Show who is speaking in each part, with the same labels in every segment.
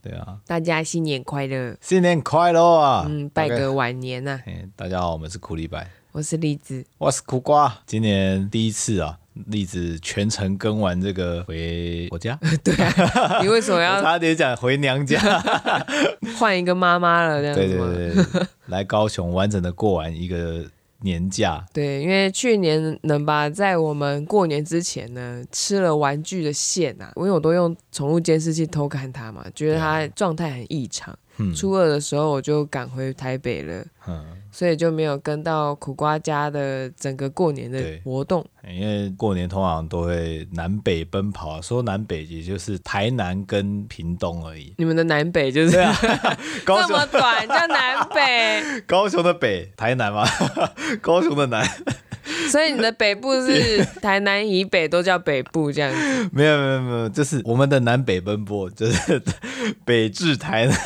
Speaker 1: 对啊，
Speaker 2: 大家新年快乐！
Speaker 1: 新年快乐啊！
Speaker 2: 嗯，拜
Speaker 1: 大
Speaker 2: 个
Speaker 1: 家。
Speaker 2: 晚年呐、
Speaker 1: 哎，大家好，我们是苦力白，
Speaker 2: 我是栗子，
Speaker 1: 我是苦瓜。今年第一次啊，栗子全程跟完这个回我 家，
Speaker 2: 啊你为什 么
Speaker 1: 我
Speaker 2: 要
Speaker 1: 差点讲回娘家。
Speaker 2: 换一个妈妈了？这样
Speaker 1: 对
Speaker 2: 子
Speaker 1: 对
Speaker 2: 吗？
Speaker 1: 对，对来高雄完整的过完一个年假。
Speaker 2: 对，因为去年能吧，在我们过年之前呢，吃了玩具的线啊，因为我都用宠物监视器偷看它嘛，觉得它状态很异常。
Speaker 1: 啊嗯
Speaker 2: 初二的时候我就赶回台北了，
Speaker 1: 嗯，
Speaker 2: 所以就没有跟到苦瓜家的整个过年的
Speaker 1: 对
Speaker 2: 活动。
Speaker 1: 因为过年通常都会南北奔跑啊，说南北也就是台南跟屏东而已。
Speaker 2: 你们的南北就是、
Speaker 1: 对啊高
Speaker 2: 这
Speaker 1: 雄
Speaker 2: 么短，叫南北。
Speaker 1: 高雄的北，台南嘛，高雄的南，
Speaker 2: 所以你的北部 是台南以北都叫北部这样子，
Speaker 1: 没有没有没有，就是我们的南北奔波，就是北至台南，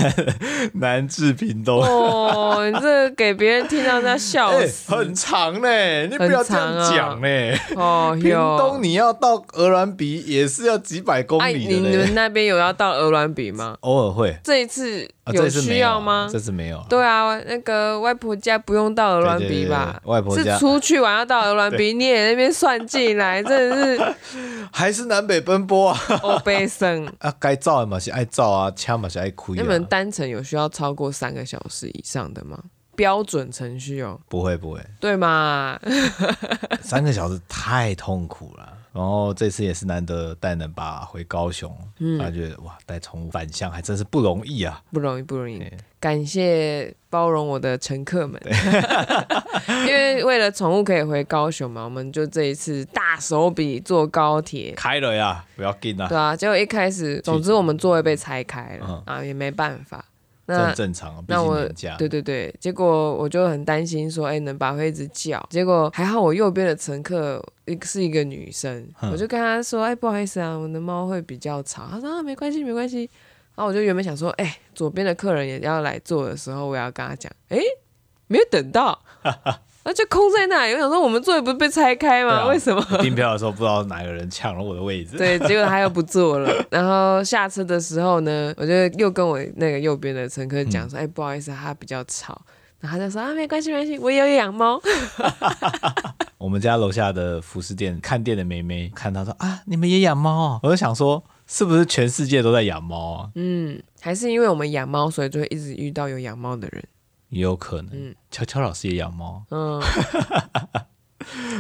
Speaker 1: 南至屏东。
Speaker 2: 哦，你这个给别人听到都要笑
Speaker 1: 哎
Speaker 2: 死、啊
Speaker 1: 很长嘞、你不要这样讲嘞、
Speaker 2: 哦
Speaker 1: 屏
Speaker 2: 哟
Speaker 1: 东。你要到鹅銮鼻也是要几百公
Speaker 2: 哎，
Speaker 1: 里
Speaker 2: 你
Speaker 1: 的嘞、
Speaker 2: 你们那边有要到鹅銮鼻吗？
Speaker 1: 偶尔会，
Speaker 2: 这一次
Speaker 1: 啊、这
Speaker 2: 有
Speaker 1: 次没
Speaker 2: 需要吗？
Speaker 1: 这次没有啊。
Speaker 2: 对啊，那个外婆家不用到鹅銮
Speaker 1: 对对
Speaker 2: 鼻
Speaker 1: 对
Speaker 2: 吧？
Speaker 1: 对外婆家
Speaker 2: 是出去玩要到鹅銮鼻，你也那边算进来，真的是
Speaker 1: 还是南北奔波啊！
Speaker 2: 欧 贝生。
Speaker 1: 啊，该造的嘛是爱造啊，枪嘛是爱亏
Speaker 2: 你
Speaker 1: 啊。
Speaker 2: 们单程有需要超过三个小时以上的吗？标准程序哦，
Speaker 1: 不会不会，
Speaker 2: 对嘛？
Speaker 1: 三个小时太痛苦了。然后这次也是难得带能爸回高雄，
Speaker 2: 嗯
Speaker 1: 他觉得哇，带宠物返乡还真是不容易啊。
Speaker 2: 不容易，不容易
Speaker 1: 对。
Speaker 2: 感谢包容我的乘客们， 因为为了宠物可以回高雄嘛，我们就这一次大手笔坐高铁。
Speaker 1: 开了呀，不要紧啊嗯
Speaker 2: 对，啊，结果一开始，总之我们座位被拆开了啊，也没办法。
Speaker 1: 这很
Speaker 2: 那
Speaker 1: 正常啊，毕
Speaker 2: 那
Speaker 1: 竟
Speaker 2: 我
Speaker 1: 年假。
Speaker 2: 对对对，结果我就很担心说，哎，能把会一直叫。结果还好，我右边的乘客一个是一个女生，
Speaker 1: 嗯
Speaker 2: 我就跟她说，哎，不好意思啊，我的猫会比较吵。她说啊，没关系，没关系。然后我就原本想说，哎，左边的客人也要来坐的时候，我也要跟她讲，哎，没有等 到，那就空在那里。我想说，我们座位不是被拆开吗？
Speaker 1: 对啊
Speaker 2: 为什么？
Speaker 1: 我 订票的时候不知道哪个人抢了我的 位置。
Speaker 2: 对，结果他又不做了。 然后下车的时候呢，我就又跟我那个右边的乘客讲说：“哎、不好意思，他比较吵。”然后他就说：“啊，没关系，没关系，我也有养猫。
Speaker 1: 我们家楼下的服饰店看店的妹妹看到说啊，你们也养猫哦，我就想说是不是全世界都在养猫啊？”
Speaker 2: 嗯，还是因为我们养猫，所以就会一直遇到有养猫的人。
Speaker 1: 也有可能。悄悄老师也养猫，
Speaker 2: 嗯，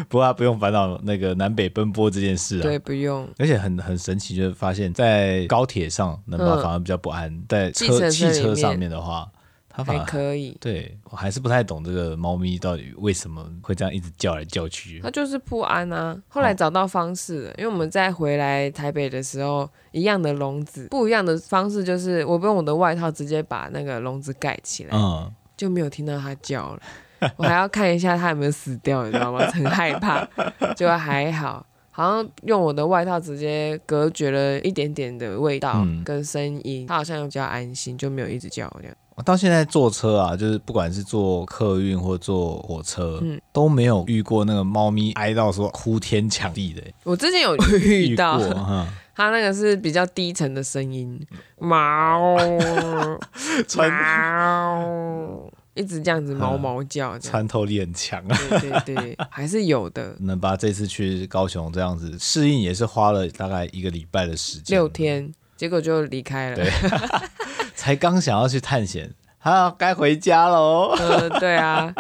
Speaker 1: 不过他不用烦恼那个南北奔波这件事啊。
Speaker 2: 对，不用。
Speaker 1: 而且很很神奇，就是发现，在高铁上能吧
Speaker 2: 嗯
Speaker 1: 反而比较不安，在
Speaker 2: 计
Speaker 1: 车
Speaker 2: 程车
Speaker 1: 汽
Speaker 2: 里
Speaker 1: 车上
Speaker 2: 面
Speaker 1: 面的话，它反
Speaker 2: 还
Speaker 1: 而
Speaker 2: 哎可以，
Speaker 1: 对我还是不太懂这个猫咪到底为什么会这样一直叫来叫去
Speaker 2: 他。就是不安啊。后来找到方式了，因为我们在回来台北的时候，一样的笼子，不一样的方式就是我不用我的外套直接把那个笼子盖起来，
Speaker 1: 嗯，
Speaker 2: 就没有听到它叫了。 我还要看一下它有没有死掉，你知道吗？ 很害怕，就还好，好像用我的外套直接隔绝了一点点的味道
Speaker 1: 嗯
Speaker 2: 跟声音，它好像比较安心，就没有一直叫这样。
Speaker 1: 我到现在坐车啊，就是不管是坐客运或坐火车，
Speaker 2: 嗯
Speaker 1: 都没有遇过那个猫咪哀到说哭天抢地的、
Speaker 2: 我之 前有遇到，
Speaker 1: 过哈，
Speaker 2: 它那个是比较低沉的声音，毛
Speaker 1: 穿
Speaker 2: 毛，一直这样子毛毛叫这 样，
Speaker 1: 穿透力很强啊。
Speaker 2: 对对对，还是有的，
Speaker 1: 能把这次去高雄这样子适应，也是花了大概一个礼拜的时间，
Speaker 2: 六天，结果就离开了
Speaker 1: 对。才刚想要去探险，啊，该回家喽。
Speaker 2: 呃，对啊。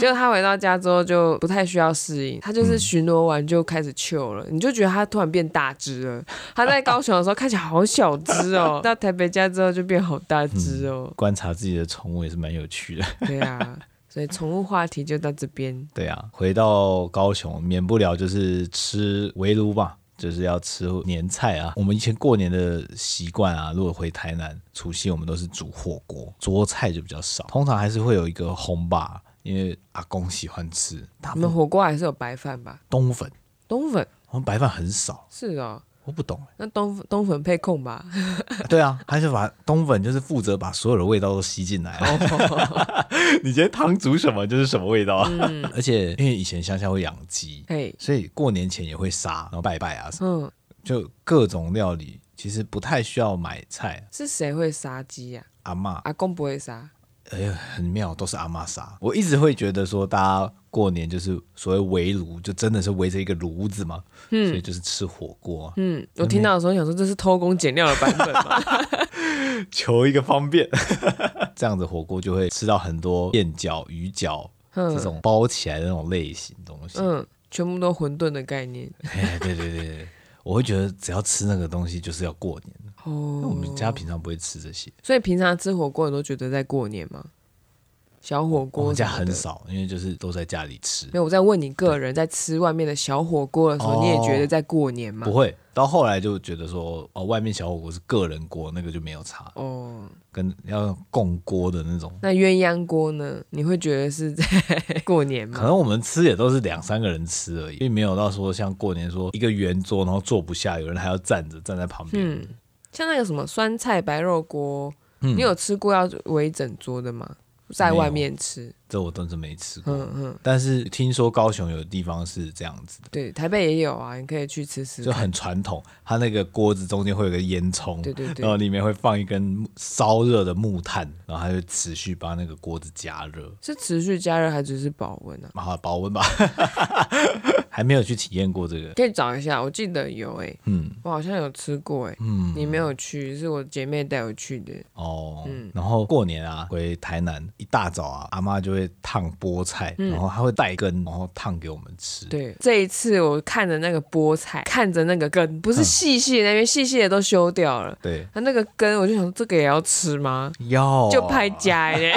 Speaker 2: 结果他回到家之后就不太需要适应，他就是巡逻完就开始 chill 了，你就觉得他突然变大只了。他在高雄的时候看起来好小只哦，到台北家之后就变好大只哦。
Speaker 1: 嗯观察自己的宠物也是蛮有趣的。
Speaker 2: 对啊，所以宠物话题就到这边。
Speaker 1: 对啊，回到高雄，免不了就是吃围炉嘛，就是要吃年菜啊。我们以前过年的习惯啊，如果回台南除夕，我们都是煮火锅，桌菜就比较少，通常还是会有一个红吧，因为阿公喜欢吃。大部
Speaker 2: 你们
Speaker 1: 分
Speaker 2: 火锅还是有白饭吧？
Speaker 1: 冬粉，
Speaker 2: 冬粉
Speaker 1: 我们白饭很少，
Speaker 2: 是哦，
Speaker 1: 我不懂。
Speaker 2: 那冬冬粉配控吧。
Speaker 1: 对啊，他就把冬粉就是负责把所有的味道都吸进来。 你今天汤煮什么就是什么味道啊。 而且因为以前乡下会养鸡，
Speaker 2: 嘿，
Speaker 1: 所以过年前也会杀，然后拜拜啊，
Speaker 2: 嗯，
Speaker 1: 就各种料理其实不太需要买菜。
Speaker 2: 是谁会杀鸡呀？
Speaker 1: 阿嬷，
Speaker 2: 阿公不会杀，
Speaker 1: 哎呀，很妙，都是阿嬷杀。我一直会觉得说，大家过年就是所谓围炉，就真的是围着一个炉子嘛，所以就是吃火锅啊，
Speaker 2: 嗯，我听到的时候想说这是偷工减料的版本嘛，
Speaker 1: 求一个方便。 这样子火锅就会吃到很多燕饺、鱼饺这种包起来的那种类型东西。
Speaker 2: 嗯，全部都馄饨的概念。
Speaker 1: 哎， 对对对对，我会觉得只要吃那个东西就是要过年。那我
Speaker 2: 哦，
Speaker 1: 们家平常不会吃这些，
Speaker 2: 所以平常吃火锅你都觉得在过年吗？小火
Speaker 1: 我
Speaker 2: 锅
Speaker 1: 们
Speaker 2: 什
Speaker 1: 家
Speaker 2: 么的
Speaker 1: 很。少，因为就是都在家里吃
Speaker 2: 没。有，我在问你个人在吃外面的小火锅的时
Speaker 1: 哦
Speaker 2: 候，你也觉得在过年吗
Speaker 1: 不？会，到后来就觉得说，哦，外面小火锅是个人锅，那个就没有差，
Speaker 2: 哦，
Speaker 1: 跟要用共锅的那种。
Speaker 2: 那鸳鸯锅呢？你会觉得是在过年
Speaker 1: 可
Speaker 2: 吗？
Speaker 1: 能我们吃也都是两三个人吃而已，并没有到说像过年说一个圆桌，然后坐不下，有人还要站着站在旁边。
Speaker 2: 嗯，像那个什么酸菜白肉锅，
Speaker 1: 嗯
Speaker 2: 你有吃过要围整桌的吗？在外面吃，
Speaker 1: 这我真是没吃过。
Speaker 2: 嗯嗯，
Speaker 1: 但是听说高雄有地方是这样子的，
Speaker 2: 对，台北也有啊，你可以去吃吃
Speaker 1: 就
Speaker 2: 看。
Speaker 1: 很传统，它那个锅子中间会有个烟囱，
Speaker 2: 对对对
Speaker 1: 然后里面会放一根烧热的木炭，然后它就持续把那个锅子加热，
Speaker 2: 是持续加热还只是保温啊？
Speaker 1: 然后保温吧。 还没有去体验过这个，
Speaker 2: 可以找一下，我记得有哎、
Speaker 1: 嗯
Speaker 2: 我好像有吃过哎、
Speaker 1: 嗯，
Speaker 2: 你没有嗯去，是我姐妹带我去的。
Speaker 1: 哦，然后过年啊，回台南一大早啊，阿妈就会烫菠菜，然后她会带根，然后烫给我们吃。
Speaker 2: 嗯对，这一次我看着那个菠菜，看着那个根，
Speaker 1: 嗯
Speaker 2: 不是细细的那边，细细的都修掉了。啊
Speaker 1: 对，
Speaker 2: 它那个根，我就想说这个也要吃吗？
Speaker 1: 要
Speaker 2: 就拍夹 嘞，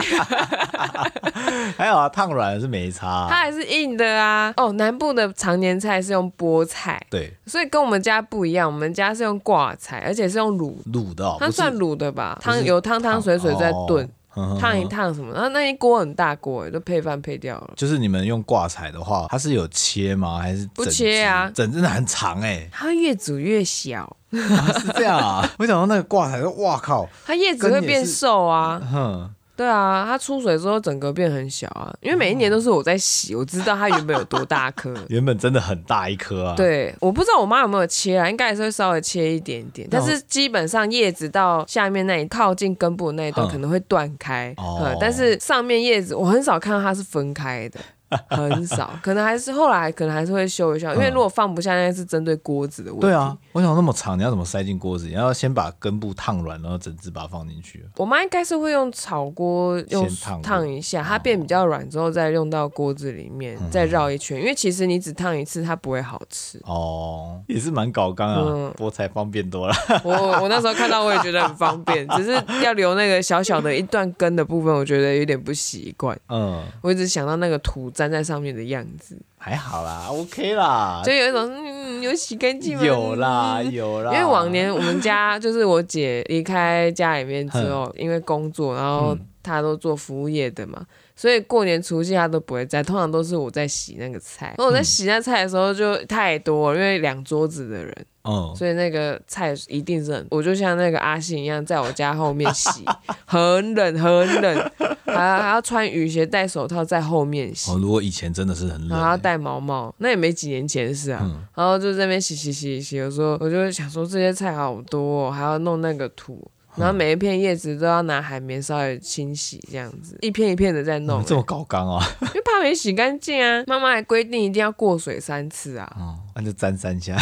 Speaker 1: 还好啊，烫软了是没差啊、
Speaker 2: 它还是硬的啊。哦，南部的常年菜是用菠菜，
Speaker 1: 对，
Speaker 2: 所以跟我们家不一样，我们家是用挂菜，而且是用卤，
Speaker 1: 卤的、哦，
Speaker 2: 它
Speaker 1: 不是
Speaker 2: 算卤的吧？
Speaker 1: 不是
Speaker 2: 汤有汤汤水水在炖，
Speaker 1: 哦
Speaker 2: 烫一烫什么，然后那一锅很大锅，欸都配饭配掉了。
Speaker 1: 就是你们用挂彩的话，它是有切吗？还是
Speaker 2: 不
Speaker 1: 整
Speaker 2: 切啊
Speaker 1: 只整真的很长哎、
Speaker 2: 它越煮越小，
Speaker 1: 啊是这样啊。 我想到那个挂彩，哇靠，
Speaker 2: 它叶子会变瘦啊。
Speaker 1: 嗯哼，
Speaker 2: 对啊，它出水之后整个变很小啊，因为每一年都是我在洗，我知道它原本有多 大颗。
Speaker 1: 原本真的很大一颗啊。，
Speaker 2: 对，我不知道我妈有没有切啊，应该还是会稍微切一点点，
Speaker 1: 那
Speaker 2: 但
Speaker 1: 我
Speaker 2: 是基本上叶子到下面那里靠近根部的那一段
Speaker 1: 嗯
Speaker 2: 可能会断开，
Speaker 1: 哦
Speaker 2: 嗯，但是上面叶子我很少看到它是分开 的。很少，可能还是后来可能还是会修一下，因为
Speaker 1: 嗯
Speaker 2: 如果放不下，那是针对锅子的问题。
Speaker 1: 对啊，我想那么长，你要怎么塞进锅子？你要先把根部烫软，然后整只把它放进去。
Speaker 2: 我妈应该是会用炒锅用
Speaker 1: 先烫过。
Speaker 2: 烫一下，它变比较软之后再用到锅子里面，再绕一圈。因为其实你只烫一次，它不会好吃
Speaker 1: 哦，也是蛮搞刚啊，
Speaker 2: 嗯
Speaker 1: 菠菜方便多了。
Speaker 2: 我我那时候看到我也觉得很方便，只是要留那个小小的一段根的部分，我觉得有点不习惯。
Speaker 1: 嗯，
Speaker 2: 我一直想到那个土粘在上面的样子，
Speaker 1: 还好啦，OK 啦，
Speaker 2: 就有一种嗯，有洗干净吗？
Speaker 1: 啊有啦
Speaker 2: 嗯
Speaker 1: 有啦，
Speaker 2: 因为往年我们家就是我姐离开家里面之后，因为工作，然后她都做服务业的嘛，所以过年除夕她都不会在，通常都是我在洗那个菜。那我在洗那菜的时候就太多了，因为两桌子的人，
Speaker 1: 嗯，
Speaker 2: 所以那个菜一定是很，我就像那个阿信一样，在我家后面洗，很冷很冷，还要还要穿雨鞋戴手套在后面洗
Speaker 1: 哦，。如果以前真的是很冷、
Speaker 2: 然后要
Speaker 1: 欸，
Speaker 2: 戴毛毛，那也没几年前的事啊。然后就在那边洗洗洗洗，有时候我就会想说这些菜好多、哦，还要弄那个土，然后每一片叶子都要拿海绵稍微清洗，这样子一片一片的在
Speaker 1: 怎
Speaker 2: 弄、欸
Speaker 1: 么 这么搞刚啊？
Speaker 2: 因为怕没洗干净啊。妈妈还规定一定要过水三 次啊，
Speaker 1: 哦，那就沾三下，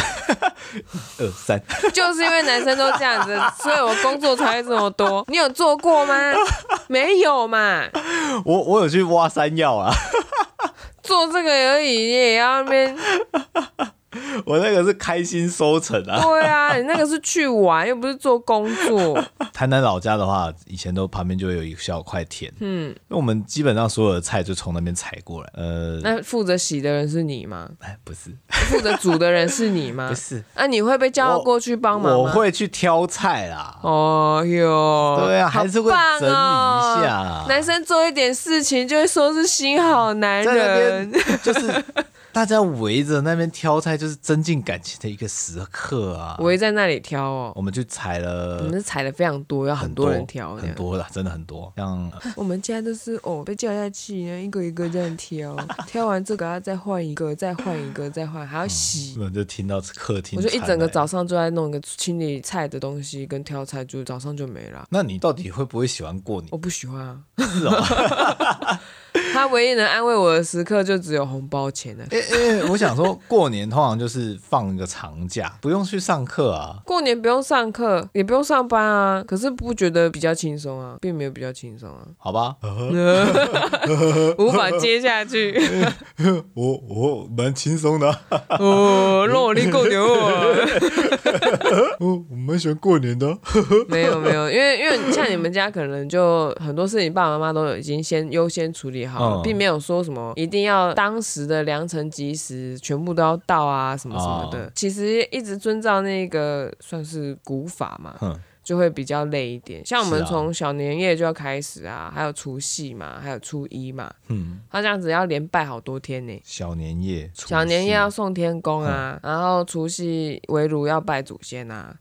Speaker 1: 一二三，
Speaker 2: 就是因为男生都这样子，所以我工作才会这么多。你有做过吗？没有嘛，
Speaker 1: 我我有去挖山药啊，
Speaker 2: 做这个而已，你也要那边。
Speaker 1: 我那个是开心收成啊。
Speaker 2: 对啊，你那个是去玩，又不是做工作。
Speaker 1: 台南老家的话，以前都旁边就有一小块田，嗯，那我们基本上所有的菜就从那边采过来。呃，
Speaker 2: 那负责洗的人是你吗？
Speaker 1: 哎，不是，
Speaker 2: 负责煮的人是你吗
Speaker 1: 不？是，
Speaker 2: 那、你会被叫到
Speaker 1: 我
Speaker 2: 过去啊帮忙吗？
Speaker 1: 我。会去挑菜啦。
Speaker 2: 哦哟，
Speaker 1: 对啊，
Speaker 2: 好
Speaker 1: 还是会
Speaker 2: 棒
Speaker 1: 整理一
Speaker 2: 哦
Speaker 1: 下。
Speaker 2: 男生做一点事情就会说是心好男
Speaker 1: 在那
Speaker 2: 人，
Speaker 1: 边就是大家围着那边挑菜，就是增进感情的一个时刻啊。
Speaker 2: 围在那里挑哦。
Speaker 1: 我们去采
Speaker 2: 我
Speaker 1: 了
Speaker 2: 们是采的非常多，要很多人挑这
Speaker 1: 呃很
Speaker 2: 样。
Speaker 1: 多啦，真的很多。像
Speaker 2: 我们家都是哦，被叫下去，然后一个一个这样 挑，挑完这个要再换一个，再换一个，再换，还要洗。
Speaker 1: 我们呃就听到客厅，
Speaker 2: 我就一整个。早上就在弄一个清理菜的东西跟挑菜，就早上就没了。
Speaker 1: 那你到底会不会喜欢过年？
Speaker 2: 我不喜欢啊。 他唯一能安慰我的时刻就只有红包钱了。
Speaker 1: 哎、哎、我想说，过年通常就是放一个长假，不用去上课啊。
Speaker 2: 过年不用上课，也不用上班啊，可是不觉得比较轻松啊，并没有比较轻松啊，
Speaker 1: 好吧，
Speaker 2: 无法接下去。
Speaker 1: 我我蛮轻松的、啊
Speaker 2: 哦， 让我立够牛啊！
Speaker 1: 哦我我蛮喜欢过年的、啊
Speaker 2: 没有没有，因为因为像你们家可能就很多事情，爸爸妈妈都已经先优先处理好了，
Speaker 1: 嗯
Speaker 2: 并没有说什么一定要当时的良辰吉时全部都要到啊什么什
Speaker 1: 哦
Speaker 2: 么的。其实一直遵照那个算是古法嘛，
Speaker 1: 哼
Speaker 2: 就会比较累一点。像我
Speaker 1: 是
Speaker 2: 们
Speaker 1: 啊
Speaker 2: 从小年夜就要开始啊，还有除夕嘛，还有初一嘛，
Speaker 1: 嗯，
Speaker 2: 他这样子要连拜好多天呢、
Speaker 1: 小年夜，除夕嗯
Speaker 2: 小年夜要送天公啊，然后除夕围炉要拜祖先啊，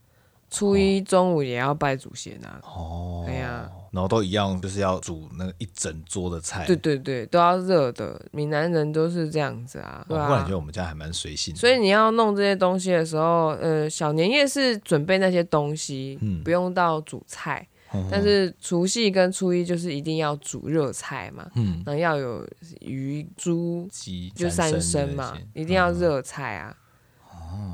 Speaker 2: 初一中午也要拜祖先啊。
Speaker 1: 哦，
Speaker 2: 对啊呀
Speaker 1: 然后都一样，就是要煮那一整桌的菜。哦
Speaker 2: 对对对，都要热的，闽南人都是这样子啊，
Speaker 1: 我
Speaker 2: 对
Speaker 1: 忽哦然觉
Speaker 2: 啊
Speaker 1: 得。我们家还蛮随性的，
Speaker 2: 所以你要弄这些东西的时候，呃，小年夜是准备那些东西，
Speaker 1: 嗯哦
Speaker 2: 不用到煮菜，
Speaker 1: 哼哼
Speaker 2: 但是除夕跟初一就是一定要煮热菜嘛，
Speaker 1: 嗯，
Speaker 2: 然后要有鱼、猪，
Speaker 1: 鸡
Speaker 2: 就三
Speaker 1: 三
Speaker 2: 牲
Speaker 1: 的
Speaker 2: 嘛
Speaker 1: 那些，嗯哦
Speaker 2: 一定要热菜啊。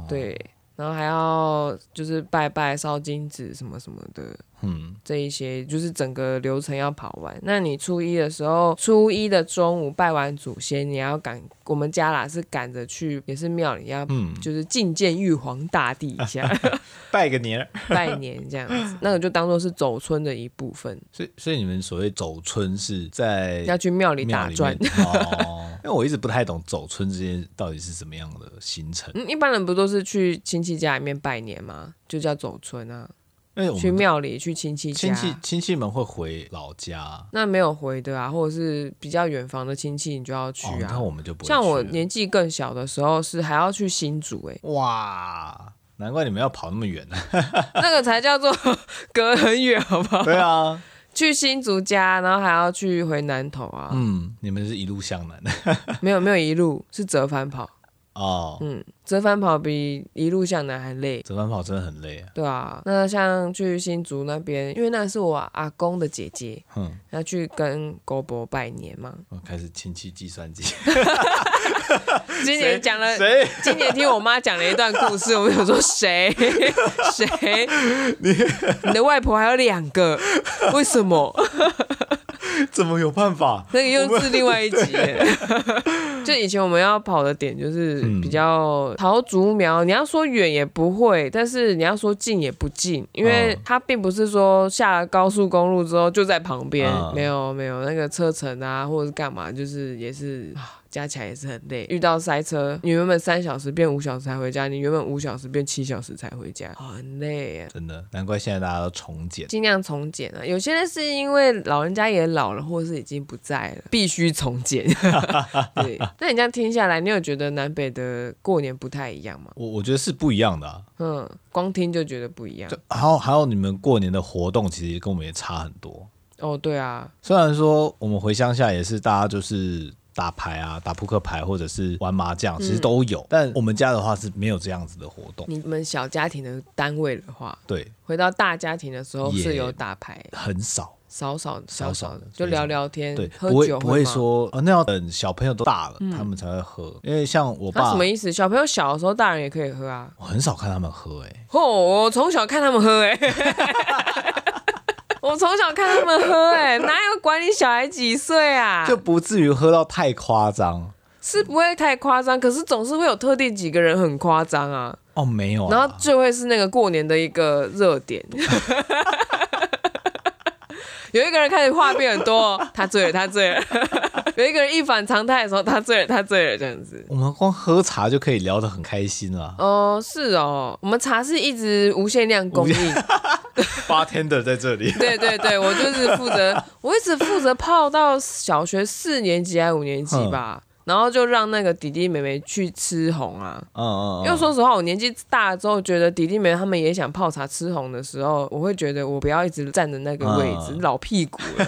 Speaker 2: 对，然后还要就是拜拜、烧金纸什么什么的，
Speaker 1: 嗯，
Speaker 2: 这一些就是整个流程要跑完。那你初一的时候，初一的中午拜完祖先，你要赶我们家啦，是赶着去也是庙里要。
Speaker 1: 嗯，
Speaker 2: 就是觐见玉皇大帝一下，
Speaker 1: 拜个年儿。
Speaker 2: 拜年这样子，那个就当做是走村的一部分，
Speaker 1: 所以，所以你们所谓走村是在
Speaker 2: 要去庙里
Speaker 1: 庙
Speaker 2: 打
Speaker 1: 里
Speaker 2: 转
Speaker 1: 面。哦， 因为我一直不太懂走村这些到底是什么样的行程，
Speaker 2: 嗯，一般人不都是去亲戚家里面拜年吗？就叫走村啊。
Speaker 1: 因为我
Speaker 2: 去
Speaker 1: 们
Speaker 2: 庙里去亲戚家，
Speaker 1: 亲戚亲戚们会回老家。
Speaker 2: 那没有回的啊，或者是比较远房的亲戚，你就要去
Speaker 1: 哦，
Speaker 2: 啊。
Speaker 1: 那我们就不会
Speaker 2: 像我
Speaker 1: 去了
Speaker 2: 年纪更小的时候，是还要去新竹、欸，
Speaker 1: 哇，难怪你们要跑那么远啊呢。
Speaker 2: 那个才叫做隔很远，好不好？
Speaker 1: 对啊，
Speaker 2: 去新竹家，然后还要去回南投啊，
Speaker 1: 嗯，你们是一路向南的
Speaker 2: 没有没有一路是折返跑，
Speaker 1: 哦。
Speaker 2: 嗯，折返跑比一路向南还累。
Speaker 1: 折返跑真的很累啊。
Speaker 2: 对啊，那像去新竹那边，因为那是我阿公的姐姐，
Speaker 1: 哼，
Speaker 2: 要去跟狗伯拜年嘛。
Speaker 1: 我开始亲戚计算机。
Speaker 2: 今年讲了
Speaker 1: 谁？
Speaker 2: 今年听我妈讲了一段故事，我想说谁谁，你的外婆还有两个，为什么？
Speaker 1: 怎么有办法？
Speaker 2: 那个又是另外一集耶。就以前我们要跑的点就是比较桃竹苗，你要说远也不会，但是你要说近也不近，因为
Speaker 1: 嗯
Speaker 2: 它并不是说下了高速公路之后就在旁边，
Speaker 1: 嗯
Speaker 2: 没有没有那个车程啊或者是干嘛，就是也是啊加起来也是很累。遇到塞车，你原本三小时变五小时才回家，你原本五小时变七小时才回家，很累耶。
Speaker 1: 真的，难怪现在大家都重检。
Speaker 2: 尽量从简啊。有些人是因为老人家也老了，或者是已经不在了，必须从简。 对，那你这样听下来，你有觉得南北的过年不太一样吗？
Speaker 1: 我我觉得是不一样的、啊，
Speaker 2: 嗯，光听就觉得不一样
Speaker 1: 就。还有还有你们过年的活动，其实跟我们也差很多。
Speaker 2: 哦，对啊，
Speaker 1: 虽然说我们回乡下也是大家就是打牌啊、打扑克牌或者是玩麻
Speaker 2: 嗯
Speaker 1: 将，其实都有，但我们家的话是没有这样子的活动。
Speaker 2: 你们小家庭的单位的话，
Speaker 1: 对，
Speaker 2: 回到大家庭的时候
Speaker 1: 也
Speaker 2: 是有打牌，
Speaker 1: 很少，
Speaker 2: 少少
Speaker 1: 少
Speaker 2: 少
Speaker 1: 少的
Speaker 2: 少的
Speaker 1: 非
Speaker 2: 就
Speaker 1: 常
Speaker 2: 聊聊天
Speaker 1: 对，，
Speaker 2: 嗯喝
Speaker 1: 不会
Speaker 2: 酒
Speaker 1: 不会
Speaker 2: 吗。
Speaker 1: 说、哦那要等小朋友都大了，他们才会喝。因为像我
Speaker 2: 那、
Speaker 1: 爸
Speaker 2: 啊什，么意思？小朋友小的时候，大人也可以喝啊。
Speaker 1: 我很少看他们喝、欸，哎，
Speaker 2: 哦，我从小看他们喝、哎，我从小看他们喝、哎，哪有管你小孩几岁啊？
Speaker 1: 就不至于喝到太夸张。
Speaker 2: 是不会太夸张，可是总是会有特定几个人很夸张啊，
Speaker 1: 哦，没有、啊，
Speaker 2: 然后就会是那个过年的一个热点。 有一个人开始话变很多，他醉了，他醉了。有一个人一反常态的时候，他醉了，他醉了，这样子。
Speaker 1: 我们光喝茶就可以聊得很开心了。
Speaker 2: 哦，是哦，我们茶是一直无限量供应，
Speaker 1: Bartender 在这里，
Speaker 2: 对对对，
Speaker 1: 嗯
Speaker 2: 我就是负责，我一直负责泡到小学四年级还五年级吧，然后就让那个弟弟妹妹去吃红啊。
Speaker 1: 嗯嗯，嗯
Speaker 2: 因为说实话，我年纪大了之后，觉得弟弟妹妹他们也想泡茶吃红的时候，我会觉得我不要一直站着那个位置，
Speaker 1: 嗯
Speaker 2: 老屁股了，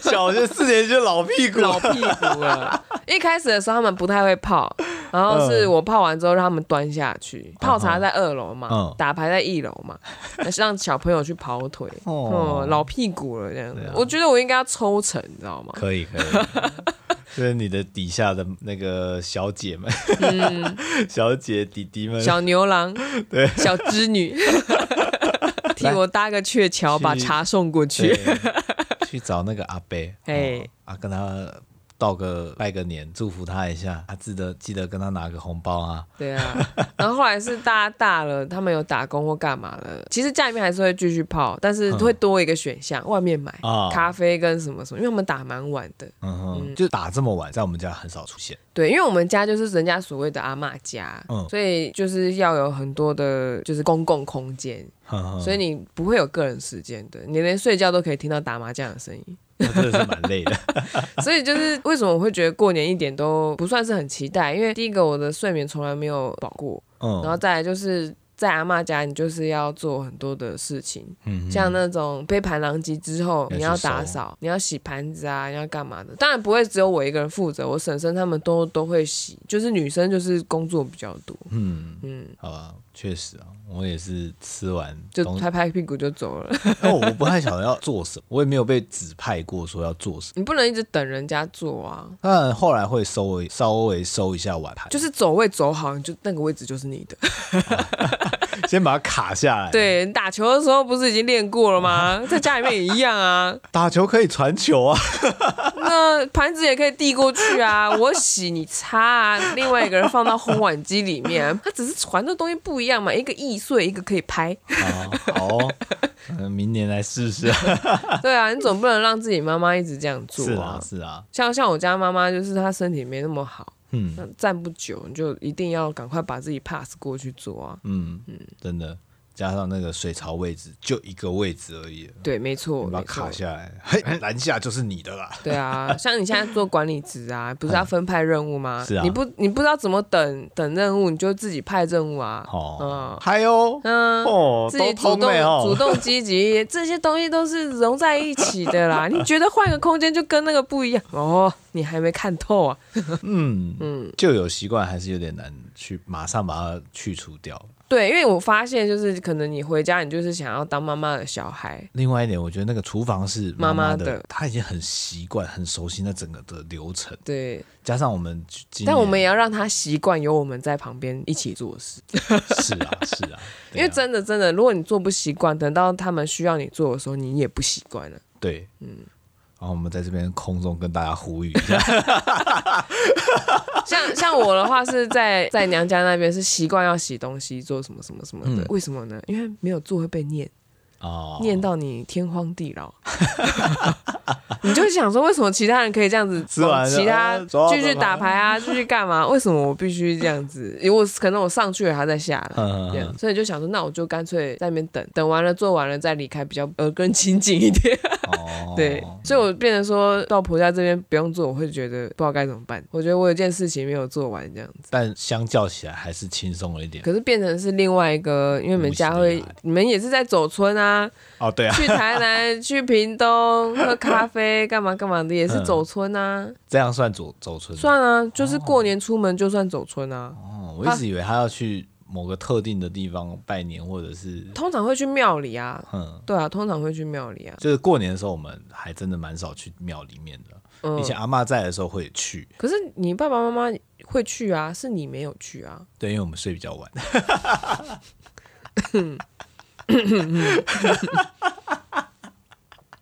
Speaker 1: 小学四年级就老屁股，
Speaker 2: 老屁 股了。一开始的时候他们不太会泡，然后
Speaker 1: 嗯
Speaker 2: 是我泡完之后让他们端下去，泡茶在二楼嘛，
Speaker 1: 嗯
Speaker 2: 打牌在一楼嘛， 让小朋友去跑腿，
Speaker 1: 哦
Speaker 2: 哦、老屁股了这样子。
Speaker 1: 对啊
Speaker 2: 我觉得我应该要抽成，你知道吗？
Speaker 1: 可以可以，就是你的底下的那个小姐们， 小姐弟弟们，
Speaker 2: 嗯小牛郎，
Speaker 1: 对，
Speaker 2: 小织 女，替我搭个鹊桥，
Speaker 1: 去
Speaker 2: 把茶送过
Speaker 1: 对
Speaker 2: 去。
Speaker 1: 去找那个阿伯，
Speaker 2: 哎
Speaker 1: 哦啊，跟他道个拜个年，祝福他一下，啊，记得记得跟他拿个红包啊，
Speaker 2: 对啊，然后后来是大家大了，他们有打工或干嘛的，其实家里面还是会继续泡，但
Speaker 1: 嗯
Speaker 2: 是会多一个选项，外面买
Speaker 1: 啊
Speaker 2: 咖啡跟什么什么，因为他们打蛮晚的。
Speaker 1: 嗯哼，就打这么晚，在我们家很少出现，
Speaker 2: 对，因为我们家就是人家所谓的阿嬷家，
Speaker 1: 嗯
Speaker 2: 所以就是要有很多的，就是公共空间，
Speaker 1: 哼嗯哼
Speaker 2: 所以你不会有个人时间的，你连睡觉都可以听到打麻将的声音。
Speaker 1: 那真的是蛮累的，
Speaker 2: 所以就是为什么我会觉得过年一点都不算是很期待，因为第一个我的睡眠从来没有饱过，
Speaker 1: 嗯，
Speaker 2: 然后再来就是在阿嬷家，你就是要做很多的事情，
Speaker 1: 嗯
Speaker 2: 像那种杯盘狼藉之后，
Speaker 1: 要去
Speaker 2: 你要打
Speaker 1: 收
Speaker 2: 扫，你要洗盘子啊，你要干嘛的？当然不会只有我一个人负责，我婶婶他们都都会洗，就是女生就是工作比较多，
Speaker 1: 嗯，
Speaker 2: 嗯，
Speaker 1: 好吧，确实啊，我也是吃完
Speaker 2: 就
Speaker 1: 东西，
Speaker 2: 拍拍屁股就走了。
Speaker 1: 但我不太想要做什么，我也没有被指派过说要做什么。
Speaker 2: 你不能一直等人家做啊，
Speaker 1: 但后来会收微稍微收一下碗盘，
Speaker 2: 就是走位走好，你就那个位置就是你的。
Speaker 1: 哎 先把它卡下来。，
Speaker 2: 对，你打球的时候不是已经练过 了吗？在家里面也一样啊。
Speaker 1: 打球可以传球啊，
Speaker 2: 那盘子也可以递过去啊， 我洗你擦啊，另外一个人放到烘碗机里面，啊它只是传的东西不一样嘛，一个易碎，一个可以拍。
Speaker 1: 哦好哦，嗯，明年来试试。
Speaker 2: 对啊，你总不能让自己妈妈一直这样 做
Speaker 1: 是
Speaker 2: 啊
Speaker 1: 啊，。是啊，
Speaker 2: 像像我家妈妈，就是她身体没那么好，
Speaker 1: 嗯
Speaker 2: 那站不久，你就一定要赶快把自己 pass 过去做啊。
Speaker 1: 嗯真的，加上那个水槽位置就一个位置而已，
Speaker 2: 对，没错，
Speaker 1: 你把
Speaker 2: 没
Speaker 1: 它卡
Speaker 2: 错。
Speaker 1: 下来，嘿，篮下就是你的啦。
Speaker 2: 对啊，像你现在做管理职啊，不是要分派任务吗？
Speaker 1: 嗯是啊
Speaker 2: 你不你不知道怎么等等任务，你就自己派任务啊。
Speaker 1: 哦
Speaker 2: 嗯，
Speaker 1: 嗨哦，
Speaker 2: 嗯，
Speaker 1: 哦，
Speaker 2: 自己
Speaker 1: 都
Speaker 2: 主
Speaker 1: 通
Speaker 2: 动、
Speaker 1: 的
Speaker 2: 主
Speaker 1: 哦，
Speaker 2: 动积极，这些东西都是融在一起的啦。你觉得换个空间就跟那个不一样哦？你还没看透啊？
Speaker 1: 嗯
Speaker 2: 嗯
Speaker 1: 嗯，旧有习惯还是有点难去马上把它去除掉。
Speaker 2: 对，因为我发现就是可能你回家，你就是想要当妈妈的小孩。
Speaker 1: 另外一点，我觉得那个厨房是
Speaker 2: 妈妈
Speaker 1: 妈
Speaker 2: 的
Speaker 1: 的，她已经很习惯、很熟悉那整个的流程，
Speaker 2: 对，
Speaker 1: 加上我们今年，
Speaker 2: 但我们也要让他习惯有我们在旁边一起做事，
Speaker 1: 是啊是啊，对
Speaker 2: 因为
Speaker 1: 啊
Speaker 2: 真的真的，如果你做不习惯，等到他们需要你做的时候，你也不习惯了。
Speaker 1: 对，嗯，然后我们在这边空中跟大家呼吁一下，
Speaker 2: 像像我的话是在在娘家那边是习惯要洗东西，做什么什么什么的，
Speaker 1: 嗯
Speaker 2: 为什么呢？因为没有做会被念。
Speaker 1: 哦，
Speaker 2: 念到你天荒地老， 你就想说为什么其他人可以这样子，
Speaker 1: 吃完了
Speaker 2: 其他
Speaker 1: 啊走啊
Speaker 2: 继续
Speaker 1: 走啊
Speaker 2: 打牌啊，继续 干嘛？为什么我必须这样子？因为我可能我上去了，他再下来。
Speaker 1: 嗯，
Speaker 2: 这
Speaker 1: 嗯
Speaker 2: 样，所以就想说，那我就干脆在那边等，等完了做完了再离开，比较呃更亲近一点。
Speaker 1: 哦
Speaker 2: 对，所以我变成说到婆家这边不用做，我会觉得不知道该怎么办。我觉得我有一件事情没有做完，这样子，
Speaker 1: 但相较起来还是轻松了一点。
Speaker 2: 可是变成是另外一个，因为你们家
Speaker 1: 无
Speaker 2: 会
Speaker 1: 形的压力，
Speaker 2: 你们也是在走村啊，
Speaker 1: 哦，对啊，
Speaker 2: 去台 南、去屏东喝咖啡，干嘛干嘛的，也是
Speaker 1: 嗯
Speaker 2: 走村啊，
Speaker 1: 这样算走走村吗，
Speaker 2: 算啊，就是过年出门就算走村啊。
Speaker 1: 哦，我一直以为他要去某个特定的地方拜年，或者是
Speaker 2: 通常会去庙里啊，
Speaker 1: 嗯。
Speaker 2: 对啊，通常会去庙里啊。
Speaker 1: 就是过年的时候，我们还真的蛮少去庙里面的。
Speaker 2: 嗯
Speaker 1: 以，前阿嬷在的时候会去，
Speaker 2: 可是你爸爸妈妈会去啊，是你没有去啊。
Speaker 1: 对，因为我们睡比较晚。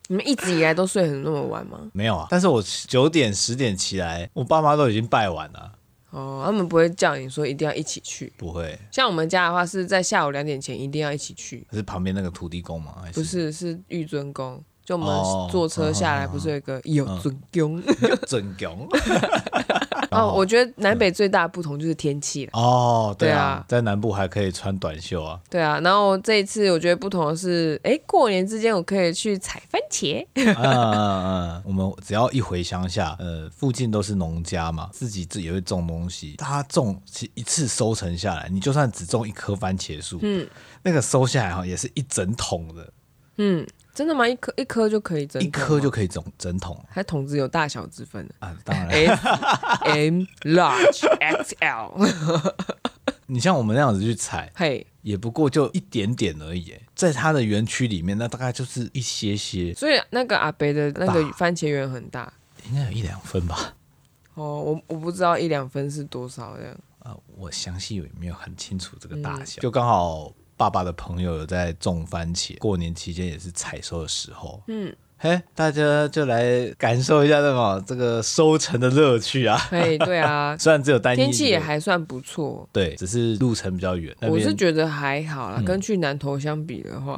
Speaker 2: 你们一直以来都睡很那么晚吗？
Speaker 1: 没有啊，但是我九点十点起来，我爸妈都已经拜完了，
Speaker 2: 哦，他们不会叫你说一定要一起去。
Speaker 1: 不会。
Speaker 2: 像我们家的话，是在下午两点前一定要一起去，
Speaker 1: 是旁边那个土地公吗？还
Speaker 2: 不是是玉尊宫。就我们
Speaker 1: 哦嗯
Speaker 2: 坐车下来，不是有一个有尊宫，
Speaker 1: 整容，然刚好
Speaker 2: 哦，我觉得
Speaker 1: 嗯
Speaker 2: 南北最大的不同就是天气了。
Speaker 1: 哦，对
Speaker 2: 对
Speaker 1: 啊
Speaker 2: 啊，
Speaker 1: 在南部还可以穿短袖啊，
Speaker 2: 对啊，然后这一次我觉得不同的是，哎，过年之间我可以去采番茄，
Speaker 1: 嗯嗯嗯嗯，我们只要一回乡下，呃，附近都是农家嘛，自己自己也会种东西，他种其实一次收成下来，你就算只种一棵番茄树，嗯，那个收下来哈也是一整桶的，
Speaker 2: 真的吗？一颗一颗就可以整，啊
Speaker 1: 一颗就，可以整整桶
Speaker 2: 还桶子有大小 之分的
Speaker 1: 啊，当然。
Speaker 2: ，S M large XL，
Speaker 1: 你像我们那样子去采，
Speaker 2: 嘿，
Speaker 1: 也不过就一点点而已，在它的园区里面，那大概就是一些些，
Speaker 2: 所以那个阿北的那
Speaker 1: 大
Speaker 2: 个番茄园很大
Speaker 1: 应该有一两分吧。
Speaker 2: 哦，我我不知道一两分是多少这样，
Speaker 1: 啊，我详细也没有很清楚这个大
Speaker 2: 嗯
Speaker 1: 小，就刚好爸爸的朋友有在种番茄，过年期间也是采收的时候，嗯。嘿，大家就来感受一下这个哦这个收成的乐趣啊！，
Speaker 2: 嘿，对啊
Speaker 1: 虽然只有单一
Speaker 2: 天气
Speaker 1: 一
Speaker 2: 也
Speaker 1: 个
Speaker 2: 还算不错。
Speaker 1: 对，只是路程比较远，那
Speaker 2: 我是
Speaker 1: 边嗯
Speaker 2: 觉得还好啦，跟去南投相比 的话，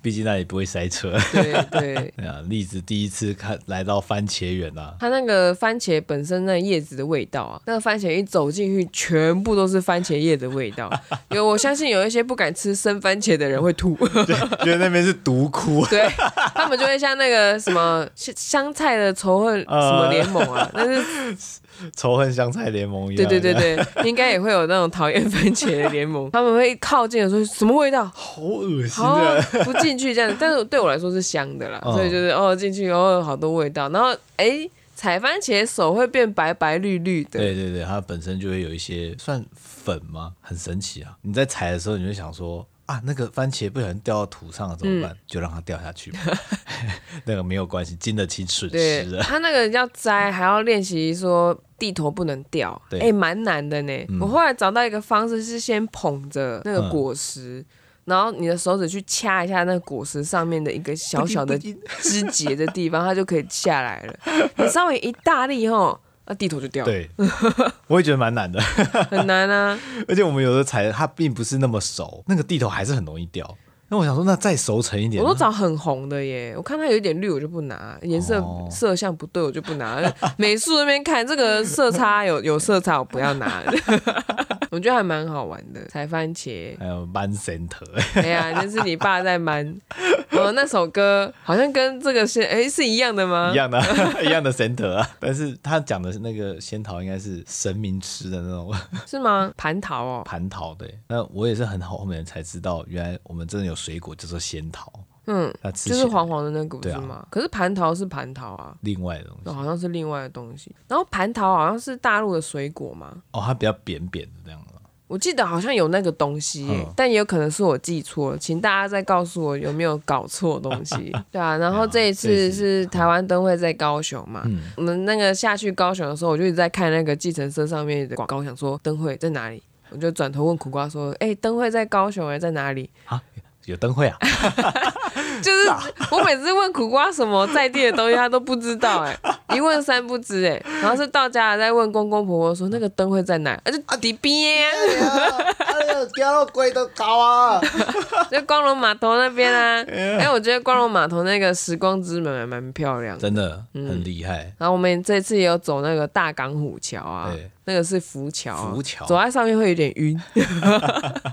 Speaker 1: 毕竟那里不会塞车。
Speaker 2: 对对，
Speaker 1: 对啊，栗子第一次看来到番茄园啊，
Speaker 2: 它那个番茄本身那叶子的味道啊，那个番茄一走进去，全部都是番茄叶的味道。 有我相信有一些不敢吃生番茄的人会吐，
Speaker 1: 觉得那边是毒窟。
Speaker 2: 对 他们就会像那个什么香香菜的仇恨什么联盟 啊，但是
Speaker 1: 仇恨香菜联盟一
Speaker 2: 对
Speaker 1: 样。
Speaker 2: 对对，对，应该也会有那种讨厌番茄的联 盟，他们会靠近的说什么味道，
Speaker 1: 好恶心
Speaker 2: 好
Speaker 1: 啊！
Speaker 2: 不进去这样，但是对我来说是香的啦，
Speaker 1: 嗯
Speaker 2: 所以就是哦进去哦好多味道，然后哎。采番茄手会变白白绿绿的，
Speaker 1: 对对对，它本身就会有一些算粉吗？很神奇啊！你在采的时候，你就想说啊，那个番茄不小心掉到土上了怎么
Speaker 2: 嗯
Speaker 1: 办？就让它掉下 去吧，那个没有关系，经得起损
Speaker 2: 对
Speaker 1: 失啊。
Speaker 2: 他那个要摘，还要练习说地头不能掉，
Speaker 1: 对嗯
Speaker 2: 哎，蛮、难的呢、我后来找到一个方式，是先捧着那个果实。然后你的手指去掐一下那个果实上面的一个小小 的
Speaker 1: 啊
Speaker 2: 枝节的地方，它就可以下来了。你稍微一大力吼，那地头就掉了，
Speaker 1: 对，我也觉得蛮难的，
Speaker 2: 很难啊。
Speaker 1: 而且我们有的采的它并不是那么熟，那个地头还是很容易掉。那我想说，那再熟成一点，
Speaker 2: 我都找很红的耶，我看它有一点绿，我就不拿，颜色、
Speaker 1: 哦
Speaker 2: 色相不对，我就不拿。 美术那边看这个色差有 有色差，我不要拿。 我觉得还蛮好玩的，采番茄。
Speaker 1: 还有 man center，
Speaker 2: 哎呀，那是你爸在瞒。哦，那首歌好像跟这个是哎是一样的吗？
Speaker 1: 一样的 一样的 center 啊。但是他讲的是那个仙桃应该是神明吃的那种。
Speaker 2: 是吗？蟠桃哦，
Speaker 1: 蟠桃的欸。那我也是很好后面才知道，原来我们真的有水果叫做仙桃，
Speaker 2: 嗯，
Speaker 1: 那吃
Speaker 2: 就
Speaker 1: 起
Speaker 2: 是
Speaker 1: 来
Speaker 2: 黄黄的那个不
Speaker 1: 对
Speaker 2: 是
Speaker 1: 啊
Speaker 2: 吗？可是蟠桃是蟠桃啊，
Speaker 1: 另外的东西
Speaker 2: 那好像是另外的东西。然后蟠桃好像是大陆的水果吗？
Speaker 1: 哦，它比较扁扁的这样的。
Speaker 2: 我记得好像有那个东西耶、
Speaker 1: 嗯
Speaker 2: 但也有可能是我记错了，请大家再告诉我有没有搞错东 西。对啊，然后这一
Speaker 1: 这一
Speaker 2: 次
Speaker 1: 次
Speaker 2: 是嗯台湾灯会在高雄嘛，
Speaker 1: 嗯，
Speaker 2: 我们那个下去高雄的时候，我就一直在看那个计程车上面的广告，我想说灯会在哪里。我就转头问苦瓜说：“哎、灯会在高雄哎、在哪里
Speaker 1: 有灯会啊，？”
Speaker 2: 就是我每次问苦瓜什么在地的东西，他都不知道 哎、一问三不知哎、然后是到家了再问公公婆婆说那个灯会在哪，啊就底边，
Speaker 1: 哎呦，掉到鬼都高啊！
Speaker 2: 就光荣码头那边啊。哎、我觉得光荣码头那个时光之门还蛮漂亮的。
Speaker 1: 真的
Speaker 2: 嗯
Speaker 1: 很厉害，
Speaker 2: 然后我们这次也有走那个大港虎桥啊
Speaker 1: 对，
Speaker 2: 那个是浮桥、啊，
Speaker 1: 浮桥
Speaker 2: 走在上面会有点晕。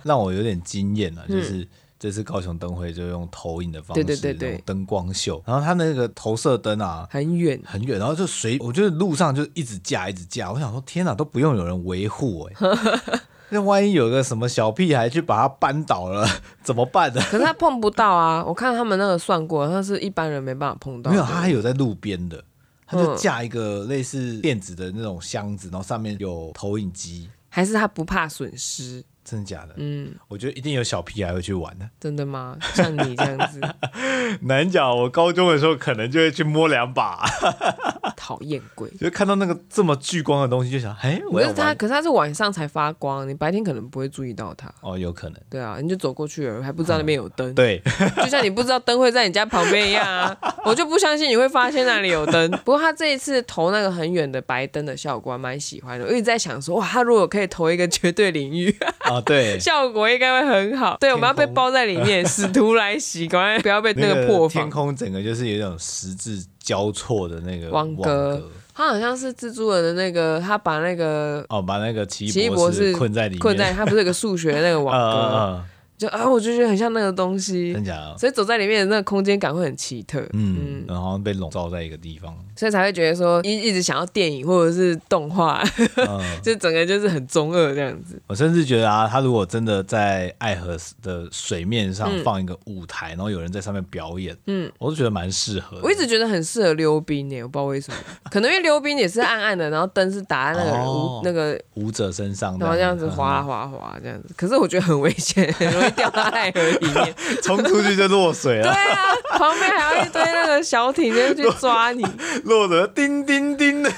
Speaker 1: 让我有点惊艳了，就是。这次高雄灯会就用投影的方式，
Speaker 2: 嗯对对对对
Speaker 1: 那种灯光秀，然后它那个投射灯啊，
Speaker 2: 很远，
Speaker 1: 很远，然后就随我觉得路上就一直架一直架，我想说天哪，都不用有人维护哎， 那万一有个什么小屁孩去把它扳倒了，怎么办呢？
Speaker 2: 可是他碰不到啊！我看他们那个算过，他是一般人没办法碰 到。
Speaker 1: 没有，它还有在路边的，它就
Speaker 2: 嗯
Speaker 1: 架一个类似电子的那种箱子，然后上面有投影机，
Speaker 2: 还是他不怕损失？
Speaker 1: 真的假的？
Speaker 2: 嗯，
Speaker 1: 我觉得一定有小屁孩会去玩的，
Speaker 2: 真的吗？像你这样 子，
Speaker 1: 难讲。我高中的时候可能就会去摸两把，
Speaker 2: 讨厌鬼。
Speaker 1: 就看到那个这么聚光的东西，就想，哎，我
Speaker 2: 可
Speaker 1: 要
Speaker 2: 是他，
Speaker 1: 玩。
Speaker 2: 可是他是晚上才发光，你白天可能不会注意到他。
Speaker 1: 哦，有可能，
Speaker 2: 对啊，你就走过去了，还不知道那边有灯。
Speaker 1: 对，
Speaker 2: 就像你不知道灯会在你家旁边一样啊，我就不相信你会发现那里有灯。不过他这一次投那个很远的白灯的效果，还蛮喜欢的。我一直在想说，哇，他如果可以投一个绝对领域，
Speaker 1: 啊，对，
Speaker 2: 效果应该会很好。对，我们要被包在里面，使徒来袭，赶快不 要被那个破
Speaker 1: 天
Speaker 2: 防。
Speaker 1: 空整个就是有一种十字交错的那个
Speaker 2: 网格
Speaker 1: 格，
Speaker 2: 他好像是蜘蛛人的那个，他把那个
Speaker 1: 哦，把那个奇
Speaker 2: 奇
Speaker 1: 异
Speaker 2: 异博士
Speaker 1: 困在里面，
Speaker 2: 困在，他不是有个数学的那个
Speaker 1: 嗯
Speaker 2: 网格，
Speaker 1: 嗯
Speaker 2: 就啊，我就觉得很像那个东
Speaker 1: 嗯，
Speaker 2: 西
Speaker 1: 真，假的？
Speaker 2: 所以走在里面的那个空间感会很奇特，
Speaker 1: 嗯，然后好像被笼罩在一个地方，
Speaker 2: 所以才会觉得说一一直想要电影或者是动画，
Speaker 1: 嗯，
Speaker 2: 就整个就是很中二这样子。
Speaker 1: 我甚至觉得啊，他如果真的在爱河的水面上
Speaker 2: 嗯
Speaker 1: 放一个舞台，然后有人在上面表演，嗯，我都觉得蛮适合的。
Speaker 2: 我一直觉得很适合溜冰耶，我不知道为什么，可能因为溜冰也是暗暗的，然后灯是打在那个人屋、
Speaker 1: 哦
Speaker 2: 那个，
Speaker 1: 舞者身上，嗯
Speaker 2: 然后这样子滑啊滑啊滑啊这样子。可是我觉得很危险， 很容易掉到爱 河里
Speaker 1: 啊
Speaker 2: 面。
Speaker 1: 冲出去就落水了，
Speaker 2: 对啊，旁边还要一堆那个小艇在那去 抓你，
Speaker 1: 落得叮叮叮 的。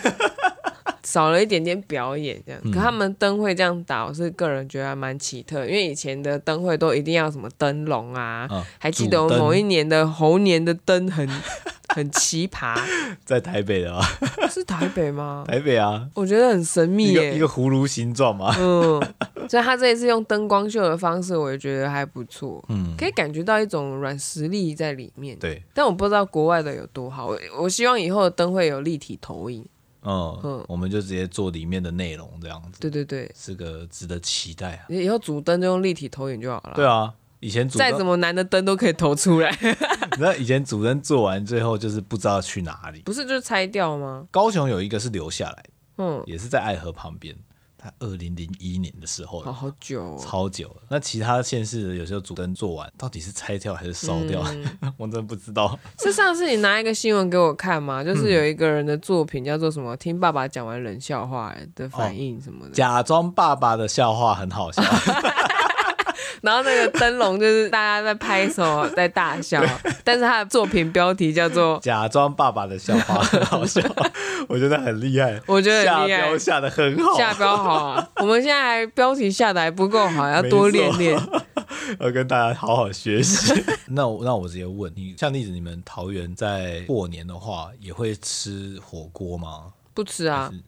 Speaker 2: 少了一点点表演这样。
Speaker 1: 嗯
Speaker 2: 可他们灯会这样打，我是个人觉得还蛮奇特，因为以前的灯会都一定要什么灯笼啊，
Speaker 1: 嗯
Speaker 2: 还记得我
Speaker 1: 主灯
Speaker 2: 某一年的猴年的灯很很奇葩，
Speaker 1: 在台北的啊，
Speaker 2: 是台北吗？
Speaker 1: 台北啊，
Speaker 2: 我觉得很神秘
Speaker 1: 一个一
Speaker 2: 耶
Speaker 1: 个。葫芦形状嘛，
Speaker 2: 嗯，所以他这一次用灯光秀的方式，我也觉得还不错，
Speaker 1: 嗯，
Speaker 2: 可以感觉到一种软实力在里面。
Speaker 1: 对，
Speaker 2: 但我不知道国外的有多好，我我希望以后的灯会有立体投影。
Speaker 1: 嗯
Speaker 2: 嗯，
Speaker 1: 我们就直接做里面的内容这样子，
Speaker 2: 对对对，
Speaker 1: 是个值得期待啊。
Speaker 2: 以后主灯就用立体投影就好了。
Speaker 1: 对啊，以前主
Speaker 2: 再怎
Speaker 1: 灯，
Speaker 2: 么难的灯都可以投出来，
Speaker 1: 你知道以前主灯做完最后就是不知道去哪里。
Speaker 2: 不是就是拆掉吗？
Speaker 1: 高雄有一个是留下来的，
Speaker 2: 嗯，
Speaker 1: 也是在爱河旁边，它二零零一年的时候
Speaker 2: 好。好久、哦，
Speaker 1: 超久了，那其他县市的有时候主灯做完，到底是拆掉还是烧掉，
Speaker 2: 嗯
Speaker 1: 我真的不知道。
Speaker 2: 是上次你拿一个新闻给我看吗？就是有一个人的作品叫做什么？听爸爸讲完冷笑话的反应什么的，
Speaker 1: 假装爸爸的笑话很好 笑，
Speaker 2: 然后那个灯笼就是大家在拍手在大笑，但是他的作品标题叫做
Speaker 1: 假装爸爸的笑话很好笑，我觉得很厉害，
Speaker 2: 我觉得
Speaker 1: 下
Speaker 2: 很厉害
Speaker 1: 标下的很
Speaker 2: “下
Speaker 1: 好，
Speaker 2: 标好啊”，我们现在还标题下的还不够好，要多练练。
Speaker 1: 要跟大家好好学习。 那我那我直接问你，像例子，你们桃园在过年的话也会吃火锅吗？
Speaker 2: 不吃啊
Speaker 1: 还，是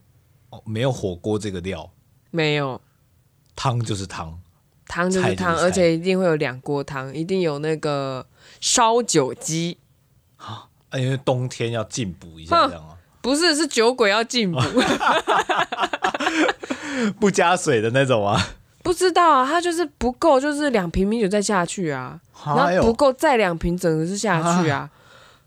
Speaker 1: 哦，没有火锅这个料，
Speaker 2: 没有
Speaker 1: 汤就是汤。
Speaker 2: 汤就
Speaker 1: 菜
Speaker 2: 是
Speaker 1: 就是
Speaker 2: 汤，
Speaker 1: 菜
Speaker 2: 而且一定会有两锅汤，一定有那个烧酒鸡。
Speaker 1: 啊，因为冬天要进补一下，这样啊，
Speaker 2: 不是，是酒鬼要进补。
Speaker 1: 不加水的那种啊。
Speaker 2: 不知道啊，他就是不够，就是两瓶米酒再下去啊，
Speaker 1: 哎
Speaker 2: 然
Speaker 1: 呦
Speaker 2: 后不够再两瓶，整个是下去啊，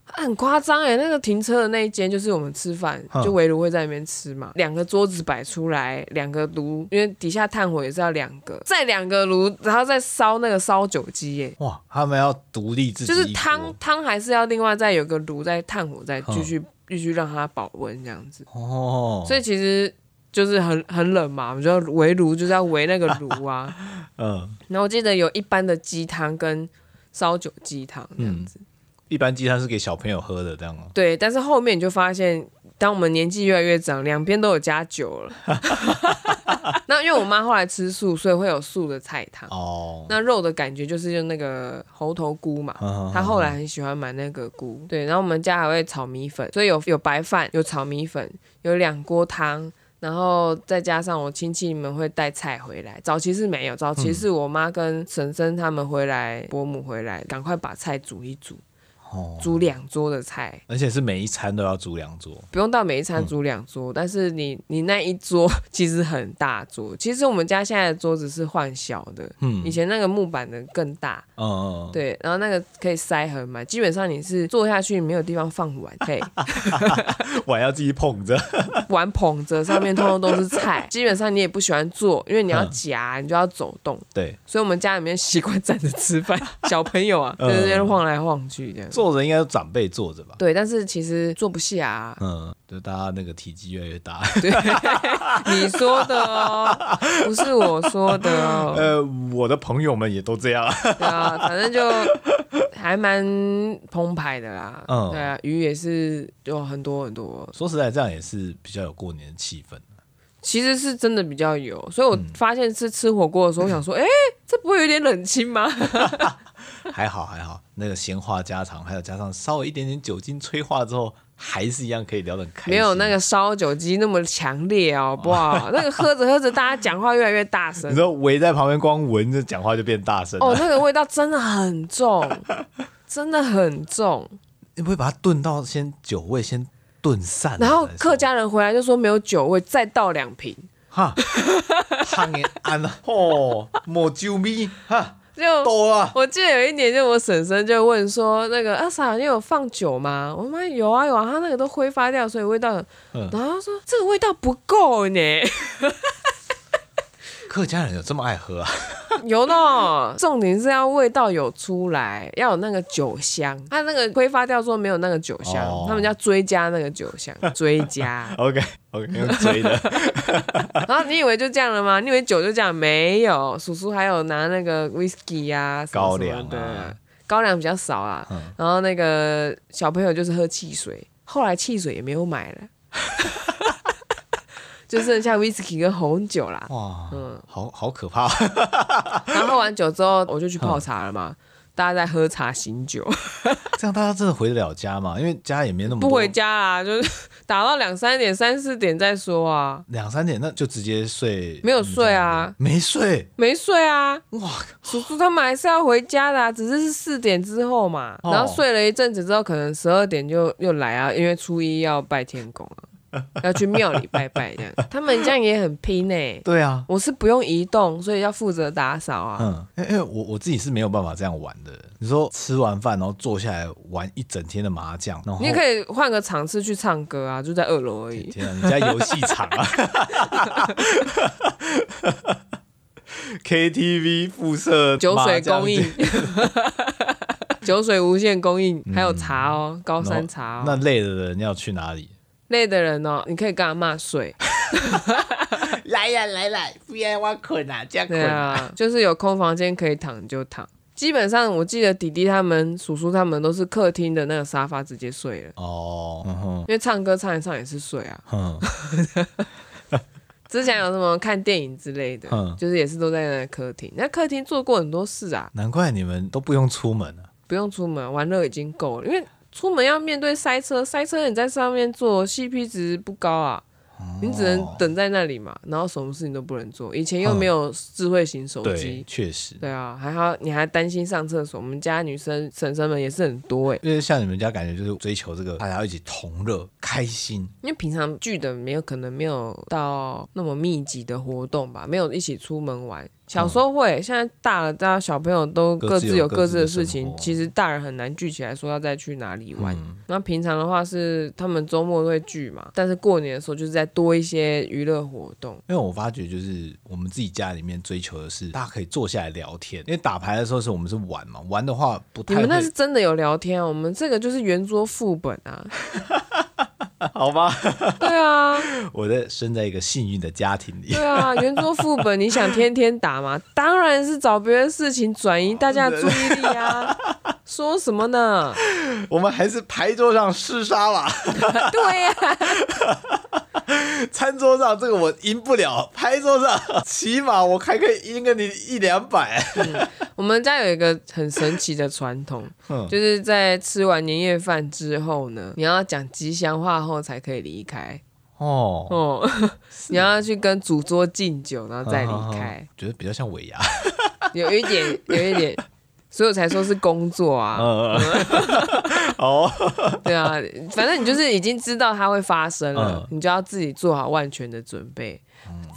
Speaker 2: 啊很夸张哎。那个停车的那一间就是我们吃饭
Speaker 1: 哼，
Speaker 2: 就围炉会在那边吃嘛，两个桌子摆出来，两个炉，因为底下炭火也是要两个，再两个炉，然后再烧那个烧酒鸡耶。
Speaker 1: 哇，他们要独立自己
Speaker 2: 就
Speaker 1: 一锅，
Speaker 2: 是汤汤还是要另外再有个炉，再炭火再继续继续让它保温这样子。
Speaker 1: 哦，
Speaker 2: 所以其实就是很很冷嘛，我们就要围炉，就是要围那个炉啊。
Speaker 1: 嗯，
Speaker 2: 然后我记得有一般的鸡汤跟烧酒鸡汤这样子，
Speaker 1: 一般鸡汤是给小朋友喝的，这样啊。
Speaker 2: 对。但是后面你就发现，当我们年纪越来越长，两边都有加酒了。 那因为我妈后来吃素，所以会有素的菜汤。
Speaker 1: 哦，
Speaker 2: 那肉的感觉就是用那个猴头菇嘛，她
Speaker 1: 他
Speaker 2: 后来很喜欢买那个菇，对，然后我们家还会炒米粉，所以有有白饭，有炒米粉，有两锅汤，然后再加上我亲戚们会带菜回来。早期是没有，早期是我妈跟婶婶他们回来，伯母回来，赶快把菜煮一煮，
Speaker 1: 哦，
Speaker 2: 煮两桌的菜，
Speaker 1: 而且是每一餐都要煮两桌，
Speaker 2: 不用到每一餐煮两桌，但是你你那一桌 其实很大桌，其实我们家现在的桌子是换小的，
Speaker 1: 嗯
Speaker 2: 以前那个木板的更大，
Speaker 1: 嗯嗯，嗯，
Speaker 2: 对，然后那个可以塞很满，基本上你是坐下去没有地方放碗， 嘿，
Speaker 1: 碗要自己捧着，
Speaker 2: 碗捧着，上面通通都是 菜，基本上你也不喜欢坐，因为你要
Speaker 1: 嗯
Speaker 2: 夹，你就要走动，
Speaker 1: 对，
Speaker 2: 所以我们家里面习惯站着吃饭，小朋友啊，就
Speaker 1: 嗯
Speaker 2: 是在那边晃来晃去这样。
Speaker 1: 坐着应该是长辈坐着吧。，
Speaker 2: 对，但是其实坐不下、啊
Speaker 1: 嗯， 就大家那个体积越来越大。
Speaker 2: 对， 你说的哦，不是我说的 哦，
Speaker 1: 呃，我的朋友们也都这样。
Speaker 2: 对啊，反正就还蛮澎湃的啦，
Speaker 1: 嗯
Speaker 2: 对啊，鱼也是有很多很多，
Speaker 1: 说实在，这样也是比较有过年的气氛。
Speaker 2: 其实是真的比较油，所以我
Speaker 1: 嗯
Speaker 2: 发现是吃火锅的时候，我 想说，哎、这不会有点冷清吗？
Speaker 1: 还好还好，那个闲话家常，还有加上稍微一点点酒精催化之后，还是一样可以聊得很开心。
Speaker 2: 没有那，个烧酒鸡那么强烈哦，好不 好？那个喝着喝着，大家讲话越来越大
Speaker 1: 你
Speaker 2: 声
Speaker 1: 知，道围在旁边光闻着讲话就变大声了，
Speaker 2: 哦，那个味道真的很重，真的很重。
Speaker 1: 你不会把它炖到先酒味先炖散啊。
Speaker 2: 然后
Speaker 1: 来说
Speaker 2: 客家人回来就说没有酒味，再倒两瓶，
Speaker 1: 哈，汤也安了哦，莫酒米哈，
Speaker 2: 就
Speaker 1: 多啊，
Speaker 2: 我记得有一年，就我婶婶就问说，那个阿啊嫂，你有放酒吗？我妈有啊有啊，她那个都挥发掉，所以味道。
Speaker 1: 嗯
Speaker 2: 然后她说这个味道不够呢，
Speaker 1: 客家人有这么爱喝啊？
Speaker 2: 有呢。重点是要味道有出来，要有那个酒香。她那个挥发掉之后没有那个酒香，
Speaker 1: 哦。
Speaker 2: 他们叫追加那个酒香，追加
Speaker 1: OK OK，用追的，
Speaker 2: 然后你以为就这样了吗？你以为酒就这样？没有，叔叔还有拿那个 whisky 呀、什
Speaker 1: 高
Speaker 2: 么什么
Speaker 1: 粱啊
Speaker 2: 的高粱比较少啊。
Speaker 1: 嗯
Speaker 2: 然后那个小朋友就是喝汽水，后来汽水也没有买了， 就剩下 whisky 跟红酒啦。
Speaker 1: 哇，
Speaker 2: 嗯
Speaker 1: 好好可怕，
Speaker 2: 然后喝完酒之后，我就去泡茶了
Speaker 1: 嗯
Speaker 2: 嘛。大家在喝茶醒酒，
Speaker 1: 这样大家真的回得了家吗？因为家也没那么多
Speaker 2: 不回家啦，就是 打到两三点、三四点再说啊。
Speaker 1: 两三点，那就直接睡，嗯
Speaker 2: 没有睡啊，
Speaker 1: 没睡，
Speaker 2: 没睡啊，
Speaker 1: 哇，
Speaker 2: 叔叔他们还是要回家的、啊，只是是四点之后嘛，
Speaker 1: 哦
Speaker 2: 然后睡了一阵子之后，可能十二点就又来啊，因为初一要拜天公啊，要去庙里拜拜这样。他们这样也很拼呢、
Speaker 1: 对啊，
Speaker 2: 我是不用移动，所以要负责打扫啊。
Speaker 1: 嗯，因为因为我我自己是没有办法这样玩的。你说吃完饭然后坐下来玩一整天的麻将，然后
Speaker 2: 你也可以换个场次去唱歌啊，就在二楼而已。
Speaker 1: 天啊，你家游戏场啊 ！KTV 附设
Speaker 2: 酒水
Speaker 1: 麻将
Speaker 2: 供应
Speaker 1: 店，
Speaker 2: 酒水无限供应，还有茶哦，
Speaker 1: 嗯
Speaker 2: 高
Speaker 1: 然
Speaker 2: 山
Speaker 1: 后
Speaker 2: 茶
Speaker 1: 那
Speaker 2: 哦。
Speaker 1: 累的人要去哪里？
Speaker 2: 累的人哦，你可以跟他骂睡。
Speaker 1: 来呀来来，不要我困啊，这样
Speaker 2: 对啊，就是有空房间可以躺就躺。基本上我记得弟弟他们、叔叔他们都是客厅的那个沙发直接睡了，
Speaker 1: 哦，嗯哼
Speaker 2: 因为唱歌唱一唱也是睡啊。
Speaker 1: 哼，
Speaker 2: 之前有什么看电影之类的，
Speaker 1: 嗯
Speaker 2: 就是也是都在那个客厅。那客厅做过很多事啊，
Speaker 1: 难怪你们都不用出门啊。
Speaker 2: 不用出门，玩乐已经够了。因为出门要面对塞车，塞车你在上面坐，CP 值不高啊。
Speaker 1: 哦
Speaker 2: 你只能等在那里嘛，然后什么事情都不能做。以前又没有智慧型手机
Speaker 1: 嗯对，，确实，
Speaker 2: 对啊，还好你还担心上厕所。我们家女生婶婶们也是很多哎、
Speaker 1: 因为像你们家感觉就是追求这个，大家一起同乐、开心，
Speaker 2: 因为平常聚的没有可能没有到那么密集的活动吧，没有一起出门玩。小时候会，现在大了，大家小朋友都
Speaker 1: 各
Speaker 2: 各
Speaker 1: 自
Speaker 2: 自
Speaker 1: 有
Speaker 2: 有
Speaker 1: 各
Speaker 2: 各
Speaker 1: 自
Speaker 2: 自
Speaker 1: 的
Speaker 2: 的事
Speaker 1: 生
Speaker 2: 情
Speaker 1: 活，
Speaker 2: 其实大人很难聚起来说要再去哪里玩。
Speaker 1: 嗯，
Speaker 2: 那平常的话是他们周末会聚嘛，但是过年的时候就是再多一些娱乐活动。
Speaker 1: 因为我发觉，就是我们自己家里面追求的是，大家可以坐下来聊天。因为打牌的时候是我们是玩嘛，玩的话不
Speaker 2: 你
Speaker 1: 太
Speaker 2: 们那
Speaker 1: 会
Speaker 2: 是真的有聊天、啊，我们这个就是圆桌副本啊。
Speaker 1: 好吧。
Speaker 2: 对啊，
Speaker 1: 我在生在一个幸运的家庭里，
Speaker 2: 对啊，圆桌副本，你想天天打吗？当然是找别的事情转移大家的注意力啊！说什么呢？
Speaker 1: 我们还是牌桌上厮杀吧，
Speaker 2: 对呀、
Speaker 1: 餐桌上这个我赢不了，牌桌上起码我还可以赢个你一两百。
Speaker 2: 我们家有一个很神奇的传统，
Speaker 1: 嗯
Speaker 2: 就是在吃完年夜饭之后呢，你要讲吉祥话后才可以离开
Speaker 1: 哦，
Speaker 2: 哦，你要去跟主桌敬酒，然后再离
Speaker 1: 嗯，嗯
Speaker 2: 开
Speaker 1: 嗯，觉得比较像尾牙。
Speaker 2: 有一点，有一点，所以我才说是工作啊。
Speaker 1: 嗯嗯，哦，
Speaker 2: 对啊，反正你就是已经知道它会发生了，
Speaker 1: 嗯
Speaker 2: 你就要自己做好万全的准备。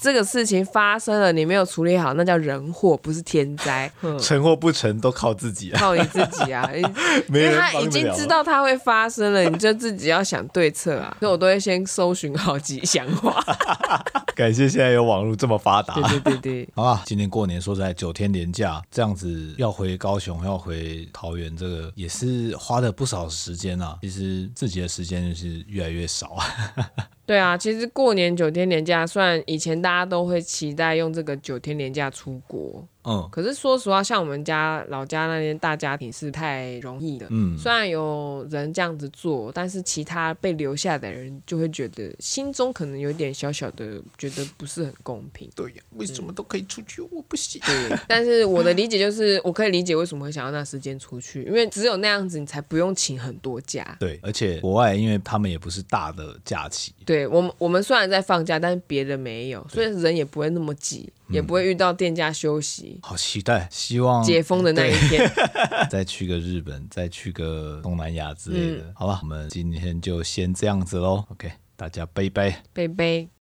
Speaker 2: 这个事情发生了，你没有处理好，那叫人祸，不 是天灾。嗯
Speaker 1: 成或不成都靠自己啊，
Speaker 2: 靠你自己 啊，因
Speaker 1: 没
Speaker 2: 为
Speaker 1: 人
Speaker 2: 他
Speaker 1: 帮
Speaker 2: 已
Speaker 1: 得
Speaker 2: 经
Speaker 1: 了啊
Speaker 2: 知道它会发生了，你就自己要想对策 啊。所以我都会先搜寻好吉祥话。
Speaker 1: 感谢现在有网络这么发达
Speaker 2: 对。对对对，
Speaker 1: 好吧，今年过年说实在，九天连假这样子要回高雄，要回桃园，这个也是花了不少时间啊。其实自己的时间就是越来越少啊。
Speaker 2: 对啊。其实过年九天连假，虽然以前大家都会期待用这个九天连假出国，
Speaker 1: 嗯
Speaker 2: 可是说实话，像我们家老家那边大家庭是太容易了。
Speaker 1: 嗯，。
Speaker 2: 虽然有人这样子做，但是其他被留下的人就会觉得心中可能有点小小的觉得不是很公平
Speaker 1: 对呀，为什么都可以出去，我不 行。
Speaker 2: 对，但是我的理解就是，我可以理解为什么会想要那时间出去，因为只有那样子，你才不用请很多假。
Speaker 1: 对，而且国外因为他们也不是大的假期，
Speaker 2: 对我们，我们
Speaker 1: 嗯
Speaker 2: 虽然在放假，但是别的没有，所以人也不会那么挤，也不会遇到店家休息，
Speaker 1: 好期待，希望
Speaker 2: 解封的那一天。
Speaker 1: 再去个日本，再去个东南亚之类的。好吧，我们今天就先这样子喽。OK，大家拜拜。
Speaker 2: 贝贝。